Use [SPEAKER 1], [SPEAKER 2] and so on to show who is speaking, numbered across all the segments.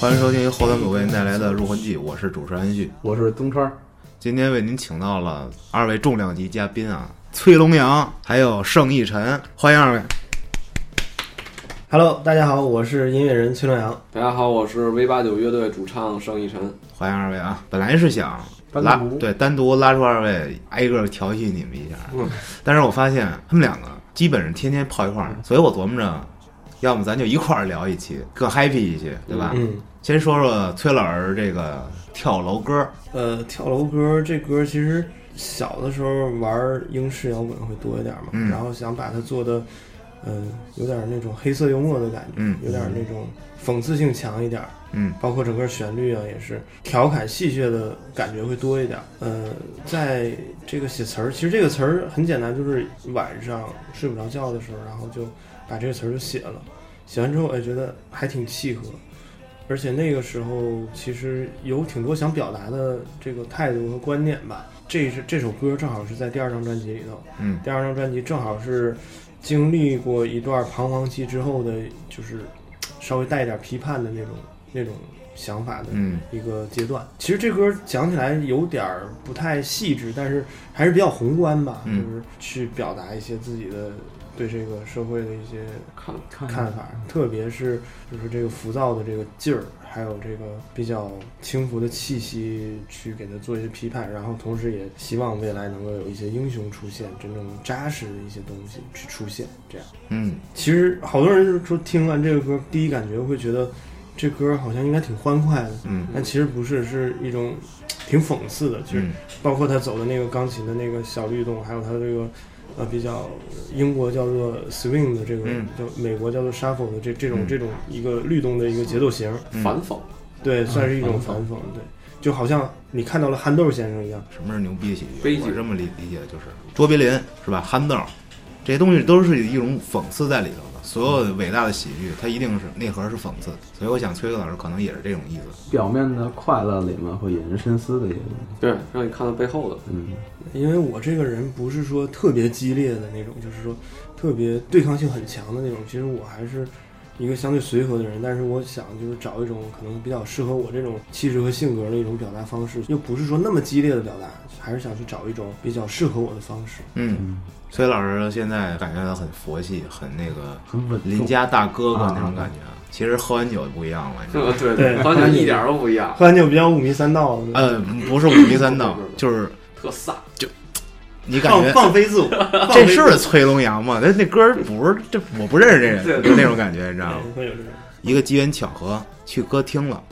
[SPEAKER 1] 欢迎收听由后端组为您带来的《入魂记》，我是主持人安旭。
[SPEAKER 2] 我是东川儿，
[SPEAKER 1] 今天为您请到了二位重量级嘉宾啊，崔龙阳还有盛逸晨，欢迎二位。
[SPEAKER 3] Hello，大家好，我是音乐人崔龙阳。
[SPEAKER 4] 大家好，我是 V 八九乐队主唱盛一晨。
[SPEAKER 1] 欢迎二位啊！本来是想
[SPEAKER 2] 单
[SPEAKER 1] 拉
[SPEAKER 2] 独
[SPEAKER 1] 对单独拉出二位挨个调戏你们一下，
[SPEAKER 2] 嗯
[SPEAKER 1] 但是我发现他们两个基本上天天泡一块儿，
[SPEAKER 2] 嗯
[SPEAKER 1] 所以我琢磨着，要么咱就一块儿聊一期，更 happy 一些，对吧？
[SPEAKER 3] 嗯，
[SPEAKER 1] 先说说崔老师这个跳楼歌，
[SPEAKER 3] 呃，跳楼歌这歌其实小的时候玩英式摇滚会多一点嘛，
[SPEAKER 1] 嗯
[SPEAKER 3] 然后想把它做的，呃，有点那种黑色幽默的感觉，
[SPEAKER 1] 嗯
[SPEAKER 3] 有点那种讽刺性强一点，
[SPEAKER 1] 嗯，
[SPEAKER 3] 包括整个旋律啊也是调侃戏谑的感觉会多一点。呃，在这个写词儿，其实这个词儿很简单，就是晚上睡不着觉的时候，然后就把这个词儿就写了。写完之后，哎，觉得还挺契合，而且那个时候其实有挺多想表达的这个态度和观念吧。这是这首歌正好是在第二张专辑里头，
[SPEAKER 1] 嗯
[SPEAKER 3] 第二张专辑正好是经历过一段彷徨期之后的，就是稍微带一点批判的那种那种想法的
[SPEAKER 1] 嗯
[SPEAKER 3] 一个阶段。其实这歌讲起来有点儿不太细致，但是还是比较宏观吧，
[SPEAKER 1] 嗯
[SPEAKER 3] 就是去表达一些自己的对这个社会的一些
[SPEAKER 4] 看，
[SPEAKER 3] 看法，特别是就是这个浮躁的这个劲儿，还有这个比较轻浮的气息，去给他做一些批判，然后同时也希望未来能够有一些英雄出现，真正扎实的一些东西去出现。这样，
[SPEAKER 1] 嗯，
[SPEAKER 3] 其实好多人就是说听完这个歌，第一感觉会觉得这歌好像应该挺欢快的，
[SPEAKER 1] 嗯，
[SPEAKER 3] 但其实不是，是一种挺讽刺的，就是
[SPEAKER 1] 嗯
[SPEAKER 3] 包括他走的那个钢琴的那个小律动，还有他这个呃比较英国叫做 swing 的这个，
[SPEAKER 1] 嗯
[SPEAKER 3] 叫美国叫做 shuffle 的这这种、
[SPEAKER 1] 嗯
[SPEAKER 3] 这种一个律动的一个节奏型，
[SPEAKER 1] 嗯
[SPEAKER 4] 反讽，
[SPEAKER 3] 对，算是一种
[SPEAKER 4] 反
[SPEAKER 3] 反
[SPEAKER 4] 讽
[SPEAKER 3] 讽，对，就好像你看到了憨豆先生一样，
[SPEAKER 1] 什么是牛逼的喜剧？
[SPEAKER 4] 悲剧
[SPEAKER 1] 我这么理理解的就是卓别林是吧？憨豆儿，这些东西都是一种讽刺在里头的。所有伟大的喜剧，它一定是内核是讽刺，所以我想崔克老师可能也是这种意思。
[SPEAKER 2] 表面的快乐里面会引人深思的一些东西。
[SPEAKER 4] 对，让你看到背后的。
[SPEAKER 2] 嗯，
[SPEAKER 3] 因为我这个人不是说特别激烈的那种，就是说特别对抗性很强的那种，其实我还是。一个相对随和的人，但是我想就是找一种可能比较适合我这种气质和性格的一种表达方式，又不是说那么激烈的表达，还是想去找一种比较适合我的方 式。
[SPEAKER 1] 嗯，崔老师现在感觉到很佛系，很那个
[SPEAKER 2] 很稳重
[SPEAKER 1] 邻家大哥哥
[SPEAKER 2] 啊
[SPEAKER 1] 那种感觉。其实喝完酒就不一样了，你知道吗？
[SPEAKER 4] 对对
[SPEAKER 3] 对
[SPEAKER 4] 发现一点儿都不一样，
[SPEAKER 3] 喝完酒比较五迷三道，
[SPEAKER 1] 呃，不是五迷三道
[SPEAKER 4] 不是不，是
[SPEAKER 1] 就是
[SPEAKER 4] 特飒。
[SPEAKER 1] 你感
[SPEAKER 3] 放
[SPEAKER 1] 觉
[SPEAKER 3] 放飞自我，放
[SPEAKER 1] 这
[SPEAKER 3] 飞自
[SPEAKER 1] 是
[SPEAKER 3] 我
[SPEAKER 1] 崔龙阳吗？那那歌儿不是这，我不认识这人，
[SPEAKER 4] 对
[SPEAKER 1] 就那种感觉，你知
[SPEAKER 4] 啊
[SPEAKER 1] 道吗？
[SPEAKER 3] 对会 有这种。
[SPEAKER 1] 一个机缘巧合去歌厅了。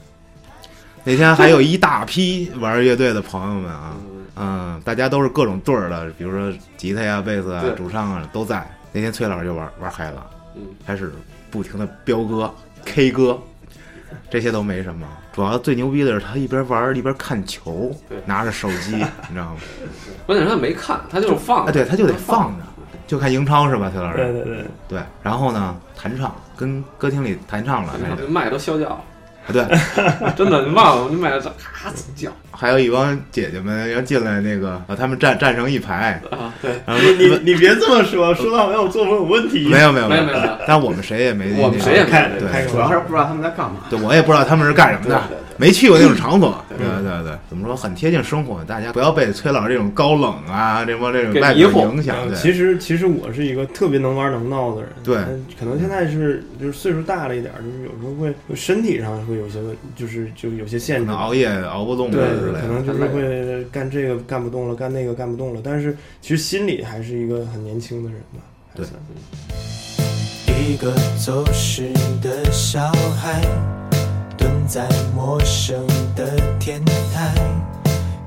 [SPEAKER 1] 那天还有一大批玩乐队的朋友们啊，
[SPEAKER 4] 嗯，
[SPEAKER 1] 嗯，大家都是各种队儿的，比如说吉他呀、贝斯啊
[SPEAKER 4] 对、
[SPEAKER 1] 主唱啊都在。那天崔老师就玩玩嗨了，
[SPEAKER 4] 嗯，
[SPEAKER 1] 开始不停的飙歌、K 歌，这些都没什么。主要最牛逼的是他一边玩儿一边看球
[SPEAKER 4] 对，
[SPEAKER 1] 拿着手 机，你知道吗？
[SPEAKER 4] 关键是他没看，他就是
[SPEAKER 1] 啊，
[SPEAKER 4] 放着。
[SPEAKER 1] 对，他就得放着，就看英超是吧，崔老
[SPEAKER 3] 对
[SPEAKER 1] 师？
[SPEAKER 3] 对对，
[SPEAKER 1] 对，然后呢，弹唱跟歌厅里弹唱了，
[SPEAKER 4] 他
[SPEAKER 1] 那
[SPEAKER 4] 那
[SPEAKER 1] 个
[SPEAKER 4] 麦都削掉
[SPEAKER 1] 啊对，
[SPEAKER 4] 了，真的，你忘了，那麦都咔叫
[SPEAKER 1] 还有一帮姐姐们要进来，那个啊，他们站站成一排，
[SPEAKER 4] 啊，对，
[SPEAKER 1] 然后
[SPEAKER 3] 你你你别这么说，说的好像我作风有问题。
[SPEAKER 1] 没有没有
[SPEAKER 4] 没有
[SPEAKER 1] 有
[SPEAKER 4] 没有没有，
[SPEAKER 1] 但我们谁也没
[SPEAKER 4] 我们谁也没
[SPEAKER 3] 开
[SPEAKER 4] 有这
[SPEAKER 1] 对
[SPEAKER 4] 个
[SPEAKER 3] 开
[SPEAKER 2] 主
[SPEAKER 3] 个
[SPEAKER 2] 要
[SPEAKER 3] 玩
[SPEAKER 2] 是
[SPEAKER 3] 笑，
[SPEAKER 2] 不知道他们在干嘛。
[SPEAKER 1] 对我也不知道他们是干什么的，没去过那种场所，对
[SPEAKER 4] 对
[SPEAKER 1] 对对怎么说很贴近生活，大家不要被崔老师这种高冷啊，这帮这种
[SPEAKER 4] 给
[SPEAKER 1] 外
[SPEAKER 4] 迷
[SPEAKER 1] 表
[SPEAKER 4] 惑
[SPEAKER 1] 影响，
[SPEAKER 3] 嗯
[SPEAKER 1] 对，
[SPEAKER 3] 其实其实我是一个特别能玩能闹的人，
[SPEAKER 1] 对
[SPEAKER 3] 嗯，可能现在是就是岁数大了一点儿，就是有时候会会身体上会有些问，就是就有些
[SPEAKER 1] 可
[SPEAKER 3] 限制
[SPEAKER 1] 能，熬夜熬不动啊
[SPEAKER 3] 对
[SPEAKER 1] 之，类
[SPEAKER 3] 可
[SPEAKER 1] 的，
[SPEAKER 3] 能就是会干这个干不动了，干那个干不动了，但是其实心里还是一个很年轻的人吧，还
[SPEAKER 1] 对
[SPEAKER 3] 算
[SPEAKER 5] 一个走失的小孩，蹲在陌生的天台，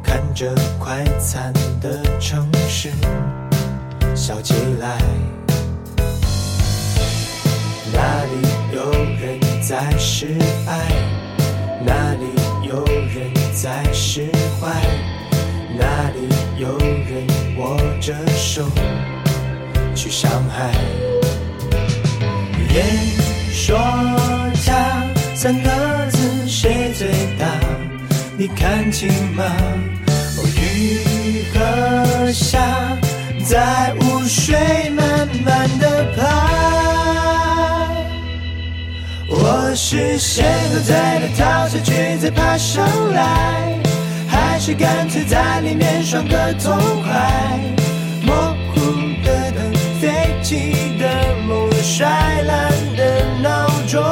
[SPEAKER 5] 看着快餐的城市笑起来。哪里有人在示爱？哪里有人在释怀？哪里有人握着手去伤害？人说家三个字谁最大？你看清吗？哦，雨和下在午睡慢慢的爬。我是写作在那套小句子爬上来，还是干脆在里面爽个痛快？模糊的灯，飞起的梦，摔烂的闹钟，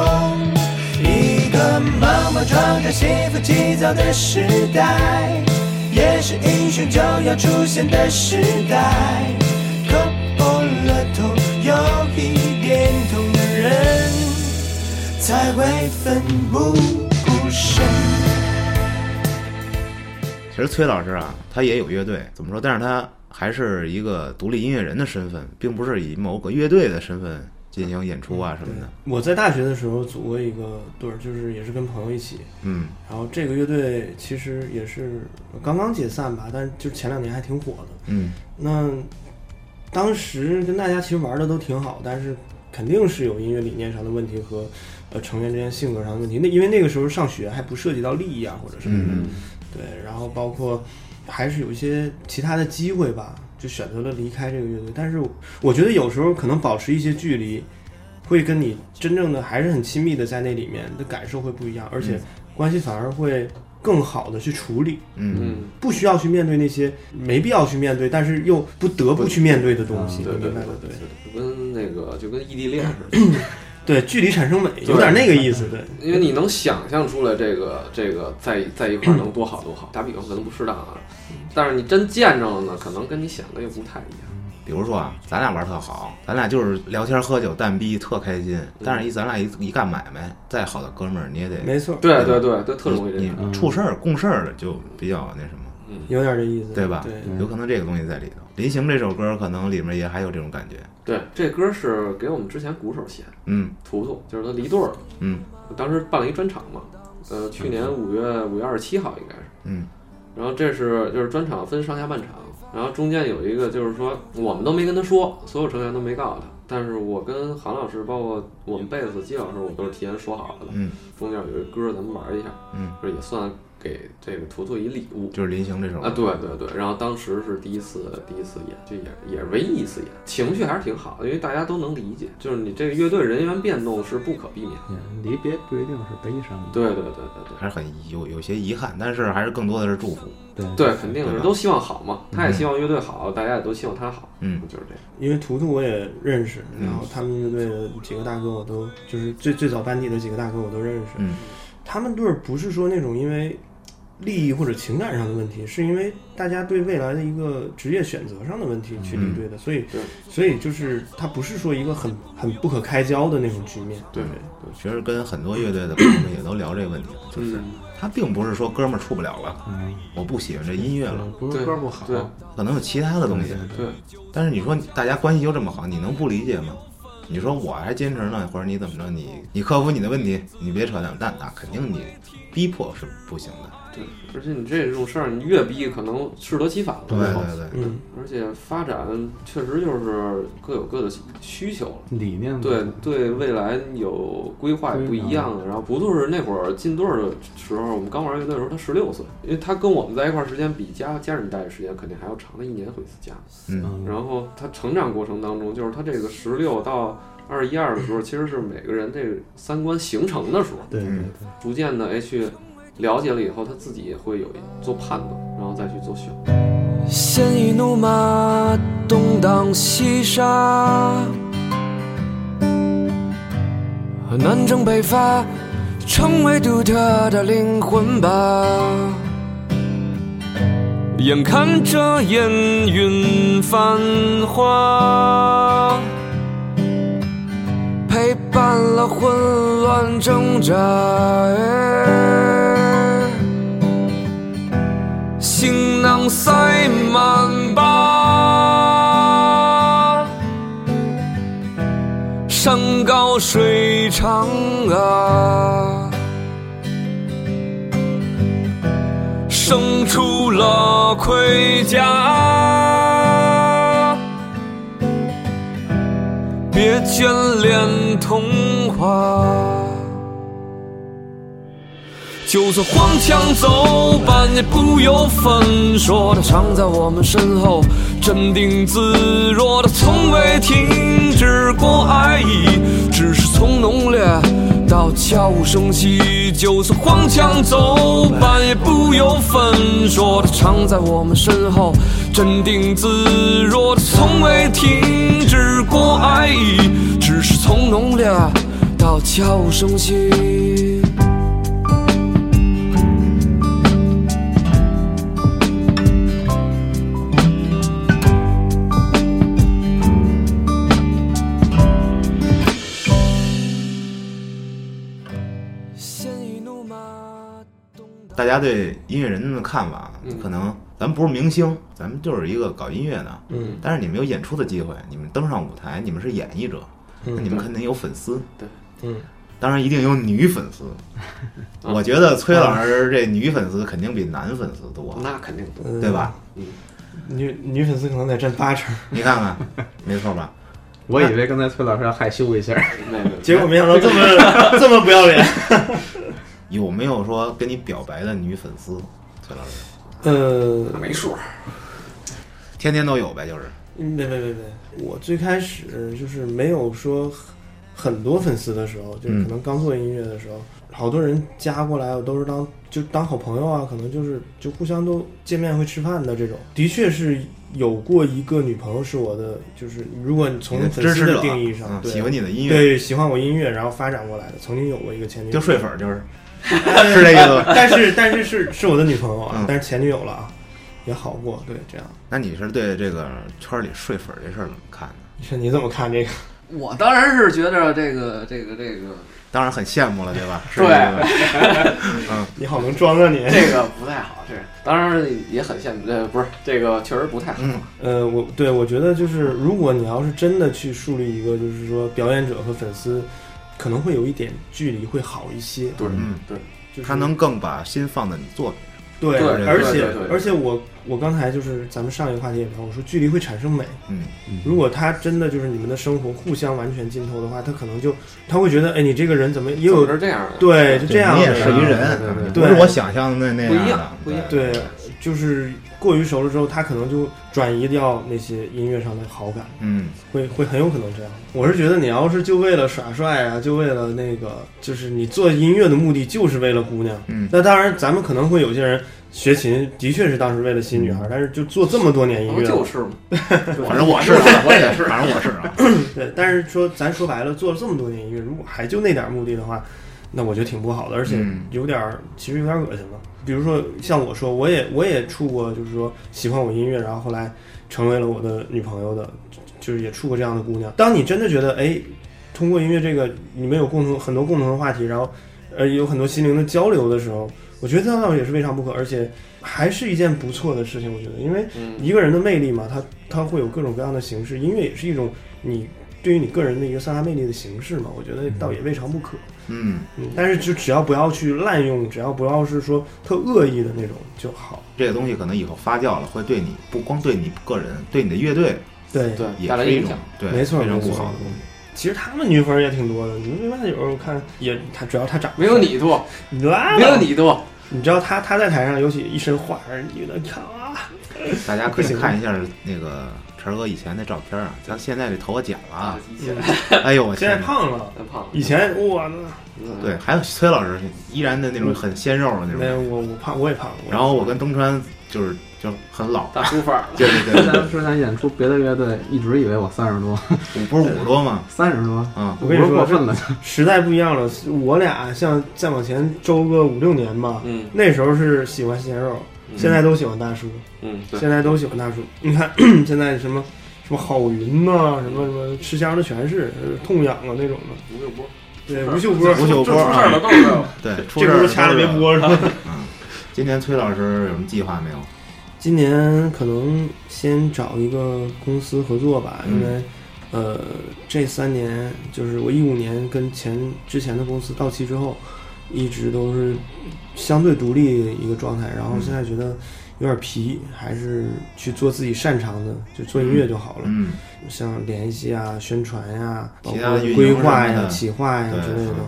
[SPEAKER 5] 一个茫茫装着幸福急躁的时代，也是英雄就要出现的时代。磕破了头，有一点痛的人，才会奋不顾身。
[SPEAKER 1] 其实崔老师啊，他也有乐队，怎么说？但是他还是一个独立音乐人的身份，并不是以某个乐队的身份进行演出啊什么的。
[SPEAKER 3] 我在大学的时候组过一个队儿，就是也是跟朋友一起，
[SPEAKER 1] 嗯
[SPEAKER 3] 然后这个乐队其实也是刚刚解散吧，但是就前两年还挺火的。
[SPEAKER 1] 嗯，
[SPEAKER 3] 那当时跟大家其实玩的都挺好，但是肯定是有音乐理念上的问题和呃成员之间性格上的问题。那因为那个时候上学还不涉及到利益啊或者什么的，
[SPEAKER 1] 嗯
[SPEAKER 3] 对，然后包括还是有一些其他的机会吧，就选择了离开这个乐队。但是我我觉得有时候可能保持一些距离，会跟你真正的还是很亲密的在那里面的感受会不一样，而且关系反而会更好的去处理，
[SPEAKER 1] 嗯
[SPEAKER 4] 嗯，
[SPEAKER 3] 不需要去面对那些没必要去面对，但是又不得不去面对的东西，
[SPEAKER 4] 对
[SPEAKER 3] 你
[SPEAKER 4] 对
[SPEAKER 3] 明白
[SPEAKER 4] 嗯对
[SPEAKER 3] 吧？
[SPEAKER 4] 对，
[SPEAKER 3] 对
[SPEAKER 4] 就跟那个就跟异地恋似的，
[SPEAKER 3] 对，距离产生美，有点那个意思，对。
[SPEAKER 4] 因为你能想象出来这个这个在在一块儿能多好多好。打比方可能不适当啊，但是你真见着了呢，可能跟你想的又不太一样。
[SPEAKER 1] 比如说啊，咱俩玩特好，咱俩就是聊天喝酒蛋逼特开心，但是一咱俩一一干买卖，再好的哥们儿你也得
[SPEAKER 3] 没错，
[SPEAKER 4] 对对对，对，特嗯容易这
[SPEAKER 1] 你
[SPEAKER 4] 样。
[SPEAKER 1] 你处事儿共事儿了就比较那什么，
[SPEAKER 3] 有点这意思，
[SPEAKER 1] 对吧？
[SPEAKER 3] 对，
[SPEAKER 1] 有可能这个东西在里头。临行这首歌可能里面也还有这种感觉。
[SPEAKER 4] 对，这歌是给我们之前鼓手写的，
[SPEAKER 1] 嗯
[SPEAKER 4] 图图就是他离队儿，
[SPEAKER 1] 嗯
[SPEAKER 4] 当时办了一专场嘛，呃，去年五月五月二十七号应该是。
[SPEAKER 1] 嗯
[SPEAKER 4] 然后这是就是专场分上下半场，然后中间有一个就是说我们都没跟他说，所有成员都没告诉他，但是我跟韩老师，包括我们贝斯季老师，我们都是提前说好了的。
[SPEAKER 1] 嗯，
[SPEAKER 4] 中间有一歌咱们玩一下，
[SPEAKER 1] 嗯，
[SPEAKER 4] 就是也算给这个图图一礼物。
[SPEAKER 1] 就是临行这首歌
[SPEAKER 4] 啊，对对对，然后当时是第一次，第一次演，就也也是唯一一次演，情绪还是挺好的，因为大家都能理解，就是你这个乐队人员变动是不可避免的。
[SPEAKER 2] 离别不一定是悲伤的，
[SPEAKER 4] 对对对对对。
[SPEAKER 1] 还是很有有些遗憾，但是还是更多的是祝福。
[SPEAKER 2] 对
[SPEAKER 4] 对，肯定
[SPEAKER 1] 对
[SPEAKER 4] 是
[SPEAKER 1] 吧
[SPEAKER 4] 都希望好嘛，他也希望乐队好，大家也都希望他好，
[SPEAKER 1] 嗯
[SPEAKER 4] 就是这样。
[SPEAKER 3] 因为图图我也认识，然后他们乐队的几个大哥我都就是最最早班底的几个大哥我都认识。
[SPEAKER 1] 嗯
[SPEAKER 3] 他们队儿不是说那种因为利益或者情感上的问题，是因为大家对未来的一个职业选择上的问题去离队的，所以
[SPEAKER 4] 对
[SPEAKER 3] 所以就是他不是说一个很很不可开交的那种局面。
[SPEAKER 4] 对
[SPEAKER 1] 其实跟很多乐队的朋友们也都聊这个问题，就是
[SPEAKER 4] 嗯
[SPEAKER 1] 他并不是说哥们儿处不了了，
[SPEAKER 2] 嗯，
[SPEAKER 1] 我不喜欢这音乐了，
[SPEAKER 2] 不是歌不好，
[SPEAKER 4] 对
[SPEAKER 1] 可能有其他的东西。
[SPEAKER 4] 对，
[SPEAKER 1] 但是你说大家关系又这么好，你能不理解吗？你说我还坚持呢，或者你怎么着，你你克服你的问题，你别扯淡，那那肯定你逼迫是不行的。
[SPEAKER 4] 对，而且你这种事儿，你越逼可能适得其反了。
[SPEAKER 1] 对对对，
[SPEAKER 3] 嗯，
[SPEAKER 4] 而且发展确实就是各有各的需求了。
[SPEAKER 2] 理念嗯
[SPEAKER 4] 对对，未来有嗯规划也不一样了。然后不就是那会儿进队儿的时候，我们刚玩乐队的时候，他十六岁，因为他跟我们在一块儿时间比家家人待的时间肯定还要长，他一年回一次家。
[SPEAKER 1] 嗯
[SPEAKER 2] 嗯，
[SPEAKER 4] 然后他成长过程当中，就是他这个十六到二一二的时候，其实是每个人这个三观形成的时候，
[SPEAKER 2] 对对
[SPEAKER 1] 嗯
[SPEAKER 2] 对，
[SPEAKER 4] 逐渐的哎去了解了以后，他自己也会有做判断，然后再去做选择。
[SPEAKER 5] 鲜衣怒马，东挡西杀，南征北伐，成为独特的灵魂吧。眼看着烟云繁华，陪伴了混乱挣扎。哎行囊塞满吧，山高水长啊，生出了盔甲，别眷恋童话。就算荒腔走板，也不由分说。它常在我们身后，镇定自若。它从未停止过爱意，只是从浓烈
[SPEAKER 6] 到悄无声息，就算荒腔走板，也不由分说的常在我们身后，镇定自若的从未停止过爱意，只是从浓烈到悄无声息。鲜衣怒马，动荡
[SPEAKER 1] 大家对音乐人的看法，
[SPEAKER 3] 嗯
[SPEAKER 1] 可能咱们不是明星，咱们就是一个搞音乐的，
[SPEAKER 3] 嗯，
[SPEAKER 1] 但是你们有演出的机会，你们登上舞台，你们是演绎者，那你们肯定有粉丝，
[SPEAKER 4] 对，
[SPEAKER 3] 嗯，
[SPEAKER 1] 当然一定有女粉丝。 我觉得崔老师这女粉丝肯定比男粉丝多，
[SPEAKER 4] 那肯定多。
[SPEAKER 3] 嗯
[SPEAKER 1] 对吧？？
[SPEAKER 3] 女女粉丝可能得占八成，
[SPEAKER 1] 你看看，没错吧？
[SPEAKER 2] 我以为刚才崔老师要害羞一下，
[SPEAKER 4] 那个
[SPEAKER 3] 结果没想到这 么这么不要脸。
[SPEAKER 1] 有没有说跟你表白的女粉丝？崔老师
[SPEAKER 3] 呃，
[SPEAKER 4] 没数，
[SPEAKER 1] 天天都有呗，就是
[SPEAKER 3] 没没没没，我最开始就是没有说很多粉丝的时候，就是可能刚做音乐的时候，好多人加过来，我都是当就当好朋友啊，可能就是就互相都见面会吃饭的这种。的确是有过一个女朋友是我的，就是如果你从
[SPEAKER 1] 你的
[SPEAKER 3] 粉
[SPEAKER 1] 支
[SPEAKER 3] 丝
[SPEAKER 1] 持者
[SPEAKER 3] 的定义上，
[SPEAKER 1] 嗯
[SPEAKER 3] 对
[SPEAKER 1] 喜欢你的音乐，
[SPEAKER 3] 对喜欢我音乐，然后发展过来的，曾经有过一个前女友，
[SPEAKER 1] 就睡粉儿，就是是这意 思吧。
[SPEAKER 3] 但是但是是是我的女朋友啊
[SPEAKER 1] 嗯，
[SPEAKER 3] 但是前女友了啊，也好过，对，这样。
[SPEAKER 1] 那你是对这个圈里睡粉儿这事儿怎么看呢？
[SPEAKER 3] 是你怎么看这个？
[SPEAKER 4] 我当然是觉得这个这个这个
[SPEAKER 1] 当然很羡慕了，对吧？是
[SPEAKER 4] 对
[SPEAKER 1] 这
[SPEAKER 3] 你好能装啊你！
[SPEAKER 4] 这个不太好，这个当然也很羡慕，这不是这个确实不太好。
[SPEAKER 1] 嗯
[SPEAKER 3] 呃，我对我觉得就是，如果你要是真的去树立一个，就是说表演者和粉丝，可能会有一点距离会好一些。
[SPEAKER 4] 对
[SPEAKER 1] 嗯
[SPEAKER 4] 对，
[SPEAKER 3] 就是
[SPEAKER 1] 他能更把心放在你作品
[SPEAKER 3] 对，
[SPEAKER 4] 对
[SPEAKER 3] 而
[SPEAKER 4] 对
[SPEAKER 3] 且
[SPEAKER 4] 对对
[SPEAKER 3] 而且我我刚才就是咱们上一个话题也聊，我说距离会产生美。
[SPEAKER 1] 上，嗯，
[SPEAKER 3] 如果他真的就是你们的生活互相完全浸透的话，他可能就他会觉得，哎，你这个人怎么也
[SPEAKER 4] 怎
[SPEAKER 3] 有
[SPEAKER 4] 么是这样的？
[SPEAKER 3] 对，就这样
[SPEAKER 1] 你也
[SPEAKER 3] 的啊
[SPEAKER 1] 是一
[SPEAKER 4] 对对
[SPEAKER 1] 人，
[SPEAKER 4] 对
[SPEAKER 1] 你不是我想象的那
[SPEAKER 4] 不一
[SPEAKER 1] 那样的
[SPEAKER 4] 样，不一样
[SPEAKER 3] 对，就是过于熟了之后，他可能就转移掉那些音乐上的好感。
[SPEAKER 1] 嗯，
[SPEAKER 3] 会会很有可能这样。我是觉得你要是就为了耍帅啊，就为了那个，就是你做音乐的目的就是为了姑娘。
[SPEAKER 1] 嗯
[SPEAKER 3] 那当然，咱们可能会有些人学琴，的确是当时为了吸引女孩，但是就做这么多年音
[SPEAKER 4] 不
[SPEAKER 3] 乐，
[SPEAKER 4] 就是嘛，
[SPEAKER 1] 反正我是啊， 我也是，反正我是啊。
[SPEAKER 3] 对。但是说咱说白了，做了这么多年音乐，如果还就那点目的的话，那我觉得挺不好的，而且
[SPEAKER 1] 嗯
[SPEAKER 3] 有点儿，其实有点儿恶心了。比如说像我说，我也我也处过，就是说喜欢我音乐，然后后来成为了我的女朋友的，就就是也处过这样的姑娘。当你真的觉得，哎，通过音乐这个，你们有共同很多共同的话题，然后呃有很多心灵的交流的时候，我觉得那倒也是未尝不可，而且还是一件不错的事情。我觉得，因为
[SPEAKER 4] 嗯，
[SPEAKER 3] 一个人的魅力嘛，它它会有各种各样的形式，音乐也是一种你对于你个人的一个散发魅力的形式嘛，我觉得倒也未尝不可。
[SPEAKER 1] 嗯，
[SPEAKER 3] 嗯，但是就只要不要去滥用，只要不要是说特恶意的那种就好。
[SPEAKER 1] 这个东西可能以后发酵了，会对你不光对你个人，对你的乐队
[SPEAKER 3] 对，
[SPEAKER 4] 对，
[SPEAKER 1] 也
[SPEAKER 4] 带来
[SPEAKER 1] 是一
[SPEAKER 4] 影
[SPEAKER 1] 种
[SPEAKER 4] 响。
[SPEAKER 1] 对，
[SPEAKER 3] 没错，
[SPEAKER 1] 非常
[SPEAKER 3] 没
[SPEAKER 1] 不
[SPEAKER 3] 错
[SPEAKER 1] 好的东西。
[SPEAKER 3] 其实他们女粉儿也挺多的，你们没办法，有时候看也他只要他长得
[SPEAKER 4] 没有你 多，
[SPEAKER 3] 帅，你拉
[SPEAKER 4] 没有
[SPEAKER 3] 倒，
[SPEAKER 4] 你多，
[SPEAKER 3] 你知道他他在台上，尤其一身花儿，女的你看啊，
[SPEAKER 1] 大家可
[SPEAKER 3] 不
[SPEAKER 1] 以
[SPEAKER 3] 行
[SPEAKER 1] 看一下那个晨儿哥以前的照片啊，他现在这头发剪了啊，
[SPEAKER 4] 以前
[SPEAKER 1] 哎呦我
[SPEAKER 3] 现在
[SPEAKER 1] 天哪！
[SPEAKER 3] 胖了，
[SPEAKER 4] 太 胖了，
[SPEAKER 3] 嗯以前哇那
[SPEAKER 4] 嗯
[SPEAKER 1] 对，，还有崔老师依然的那种很鲜肉的那
[SPEAKER 3] 没有
[SPEAKER 1] 种。
[SPEAKER 3] 我我胖我也胖了，
[SPEAKER 1] 然后我跟东川就是就很老，
[SPEAKER 4] 大叔范 儿，
[SPEAKER 1] 对对对
[SPEAKER 2] 之
[SPEAKER 1] 对
[SPEAKER 2] 前之前演出别的乐队，一直以为我三十多，
[SPEAKER 1] 对，不是五十多吗？
[SPEAKER 2] 三十多，
[SPEAKER 1] 啊，
[SPEAKER 3] 我跟你说
[SPEAKER 2] 过分了。
[SPEAKER 3] 时代不一样了，我俩像再往前周个五六年吧，
[SPEAKER 4] 嗯，
[SPEAKER 3] 那时候是喜欢鲜肉，现在都喜欢大叔。
[SPEAKER 4] 嗯，对，
[SPEAKER 3] 现在都喜欢大叔。 你看现在什么什么郝云呐、什么什么吃香的全是，呃痛痒啊那种的。
[SPEAKER 4] 吴秀波，
[SPEAKER 3] 对，吴秀波，
[SPEAKER 1] 吴秀波
[SPEAKER 4] 这出事儿
[SPEAKER 1] 啊
[SPEAKER 4] 了，，够了，
[SPEAKER 1] 对，出
[SPEAKER 3] 这
[SPEAKER 1] 事
[SPEAKER 3] 不
[SPEAKER 1] 儿
[SPEAKER 3] 是掐着别
[SPEAKER 1] 出事儿
[SPEAKER 3] 播是吧？
[SPEAKER 1] 今年崔老师有什么计划没有？
[SPEAKER 3] 今年可能先找一个公司合作吧，
[SPEAKER 1] 嗯
[SPEAKER 3] 因为。呃，这三年就是我一五年跟前之前的公司到期之后，一直都是相对独立的一个状态，然后
[SPEAKER 1] 嗯
[SPEAKER 3] 现在觉得有点皮，还是去做自己擅长的，就做音乐就好了。
[SPEAKER 1] 嗯，
[SPEAKER 3] 像联系啊、宣传呀、包
[SPEAKER 1] 其他的
[SPEAKER 3] 括
[SPEAKER 1] 运营
[SPEAKER 3] 规划
[SPEAKER 1] 什么
[SPEAKER 3] 呀、
[SPEAKER 1] 的
[SPEAKER 3] 企划呀
[SPEAKER 1] 对
[SPEAKER 3] 之类的
[SPEAKER 1] 嗯，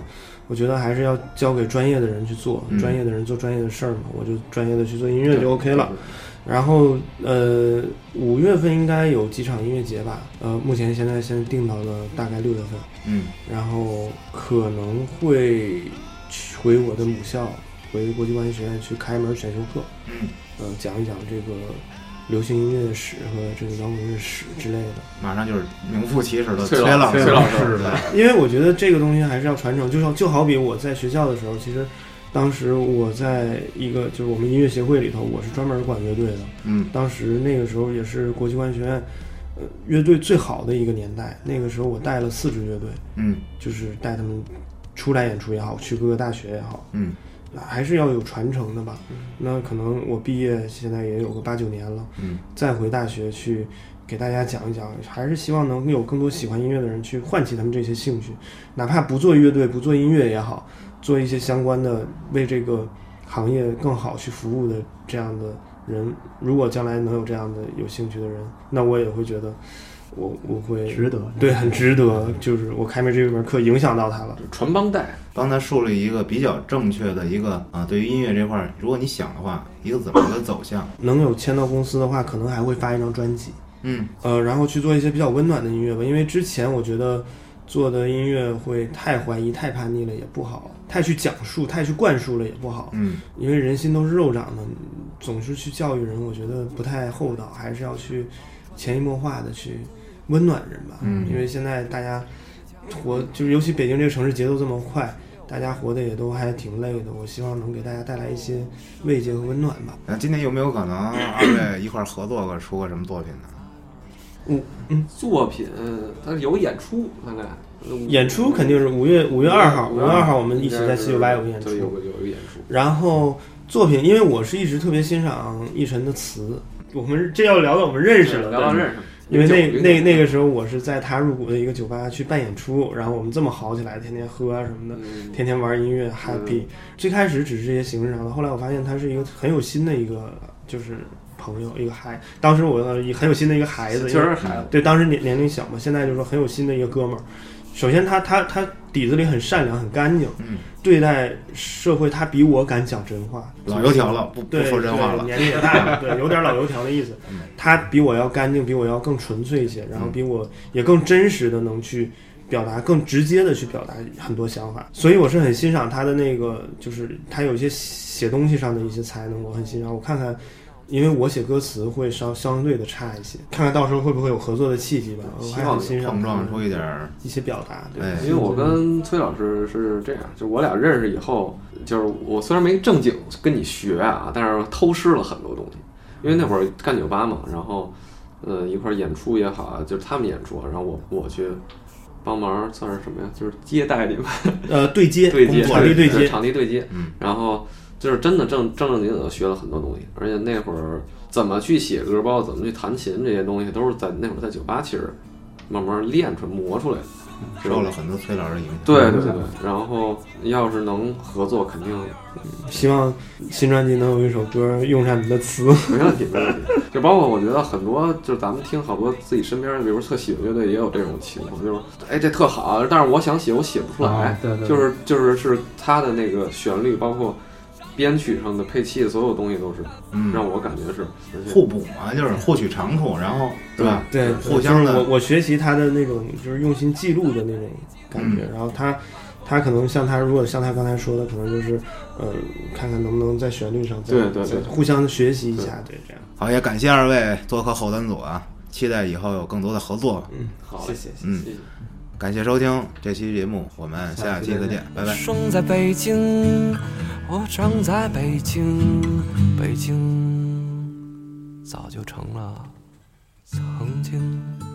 [SPEAKER 3] 我觉得还是要交给专业的人去做
[SPEAKER 1] 嗯，
[SPEAKER 3] 专业的人做专业的事儿嘛，我就专业的去做音乐就 OK 了。然后呃，五月份应该有几场音乐节吧？呃，目前现在先定到了大概六月份，
[SPEAKER 1] 嗯
[SPEAKER 3] 然后可能会去回我的母校，回国际关系学院去开门选修课，
[SPEAKER 1] 嗯，
[SPEAKER 3] 呃，讲一讲这个流行音乐史和这个摇滚乐史之类的。
[SPEAKER 1] 马上就是名副其实的
[SPEAKER 4] 崔
[SPEAKER 1] 老
[SPEAKER 4] 崔
[SPEAKER 2] 崔
[SPEAKER 4] 老
[SPEAKER 2] 老
[SPEAKER 4] 师
[SPEAKER 2] 师
[SPEAKER 4] 对
[SPEAKER 3] 因为我觉得这个东西还是要传承，就像就好比我在学校的时候，其实当时我在一个就是我们音乐协会里头，我是专门管乐队的。
[SPEAKER 1] 嗯
[SPEAKER 3] 当时那个时候也是国际管理学院，呃，乐队最好的一个年代。那个时候我带了四支乐队，
[SPEAKER 1] 嗯
[SPEAKER 3] 就是带他们出来演出也好，去各个大学也好，
[SPEAKER 1] 嗯
[SPEAKER 3] 还是要有传承的吧。那可能我毕业现在也有个八九年了，
[SPEAKER 1] 嗯
[SPEAKER 3] 再回大学去给大家讲一讲，还是希望能有更多喜欢音乐的人去唤起他们这些兴趣，哪怕不做乐队、不做音乐也好，做一些相关的为这个行业更好去服务的这样的人，如果将来能有这样的有兴趣的人，那我也会觉得我我会
[SPEAKER 2] 值得。
[SPEAKER 3] 对很值得，就是我开门这门课影响到他了。
[SPEAKER 4] 传帮带，
[SPEAKER 1] 帮他树立一个比较正确的一个啊，对于音乐这块儿，如果你想的话，一个怎么个走向？
[SPEAKER 3] 能有签到公司的话，可能还会发一张专辑，
[SPEAKER 1] 嗯
[SPEAKER 3] 呃，然后去做一些比较温暖的音乐吧。因为之前我觉得做的音乐会太怀疑、太叛逆了也不好，太去讲述、太去灌输了也不好，
[SPEAKER 1] 嗯
[SPEAKER 3] 因为人心都是肉长的，总是去教育人，我觉得不太厚道，还是要去潜移默化的去温暖人吧。
[SPEAKER 1] 嗯
[SPEAKER 3] 因为现在大家活就是，尤其北京这个城市节奏这么快。大家活得也都还挺累的，我希望能给大家带来一些慰藉和温暖吧。
[SPEAKER 1] 啊那今年有没有可能二位一块儿合作过，出过什么作品呢？
[SPEAKER 4] 作品，呃它是有演出，看看
[SPEAKER 3] 演出肯定是五月五月二号，
[SPEAKER 4] 5
[SPEAKER 3] 五月二号我们一起在七九八有个演
[SPEAKER 4] 对有
[SPEAKER 3] 出。
[SPEAKER 4] 个有个演出。
[SPEAKER 3] 然后作品，因为我是一直特别欣赏奕晨的词，我们这要聊到我们认识
[SPEAKER 4] 嗯
[SPEAKER 3] 了，
[SPEAKER 4] 聊到认识，
[SPEAKER 3] 因为那
[SPEAKER 4] 09
[SPEAKER 3] 那那
[SPEAKER 1] 嗯
[SPEAKER 3] 个时候我是在他入股的一个酒吧去办演出，然后我们这么好起来，天天喝啊什么的，
[SPEAKER 4] 嗯
[SPEAKER 3] 天天玩音乐 happy。最开始只是这些形式上的，后来我发现他是一个很有心的一个就是朋友，一个孩。当时我呃很有心的一个孩子，
[SPEAKER 4] 确
[SPEAKER 3] 因
[SPEAKER 4] 实
[SPEAKER 3] 为
[SPEAKER 4] 孩子，嗯
[SPEAKER 3] 对，当时年年龄小嘛，现在就是说很有心的一个哥们儿。首先他，他他底子里很善良，很干净，
[SPEAKER 1] 嗯，
[SPEAKER 3] 对待社会他比我敢讲真话。
[SPEAKER 1] 老油条了，不不
[SPEAKER 3] 对，
[SPEAKER 1] 说真话
[SPEAKER 3] 对
[SPEAKER 1] 了。
[SPEAKER 3] 年龄也大了，对，有点老油条的意思
[SPEAKER 1] 嗯。
[SPEAKER 3] 他比我要干净，比我要更纯粹一些，然后比我也更真实的能去表达，更直接的去表达很多想法。所以我是很欣赏他的那个，就是他有一些写东西上的一些才能，我很欣赏。我看看。因为我写歌词会稍相对的差一些，看看到时候会不会有合作的契机吧。我还很欣赏
[SPEAKER 1] 碰撞出一点儿，
[SPEAKER 3] 一些表达，对，
[SPEAKER 1] 哎
[SPEAKER 4] 因为我跟崔老师是这样，就我俩认识以后，就是我虽然没正经跟你学啊，但是偷师了很多东西。因为那会儿干酒吧嘛，然后，呃，一块儿演出也好啊，就是他们演出，然后我我去帮忙，算是什么呀？就是接待你们，
[SPEAKER 3] 呃，对接，
[SPEAKER 4] 对接，
[SPEAKER 3] 场地对接，
[SPEAKER 4] 场地对接。
[SPEAKER 1] 嗯
[SPEAKER 4] 然后就是真的正正正经经地学了很多东西，而且那会儿怎么去写歌，包括怎么去弹琴这些东西，都是在那会儿在酒吧其实慢慢练出来、磨出来的。是吧
[SPEAKER 1] 受了很多崔老师的影响。
[SPEAKER 4] 对对对，然后要是能合作，肯定
[SPEAKER 3] 希望新专辑能有一首歌用上你的词。
[SPEAKER 4] 没问题，没问题。 就包括我觉得很多，就是咱们听好多自己身边的，比如特喜欢乐队，也有这种情况，就是哎这特好，但是我想写，我写不出来
[SPEAKER 2] 啊，对对对
[SPEAKER 4] 就是就是是它的那个旋律，包括编曲上的配器，所有东西都是
[SPEAKER 1] 嗯，
[SPEAKER 4] 让我感觉是而且
[SPEAKER 1] 互补嘛，就是获取长处，然后对吧？
[SPEAKER 3] 对，
[SPEAKER 1] 互相
[SPEAKER 3] 就是
[SPEAKER 1] 的
[SPEAKER 3] 我我学习他的那种就是用心记录的那种感觉，然后他他可能像他如果像他刚才说的，可能就是呃，看看能不能在旋律上再
[SPEAKER 4] 对对
[SPEAKER 3] 再
[SPEAKER 4] 对
[SPEAKER 3] 互相学习一下，对这样。
[SPEAKER 1] 好，也感谢二位做客后端组啊，期待以后有更多的合作。
[SPEAKER 3] 嗯，
[SPEAKER 4] 好
[SPEAKER 3] 谢
[SPEAKER 4] 嘞
[SPEAKER 3] 谢谢谢。
[SPEAKER 1] 嗯，
[SPEAKER 4] 谢谢
[SPEAKER 1] 感谢收听这期节目，我们下期再见，拜拜。
[SPEAKER 6] 生在北京，我长在北京，北京早就成了曾经。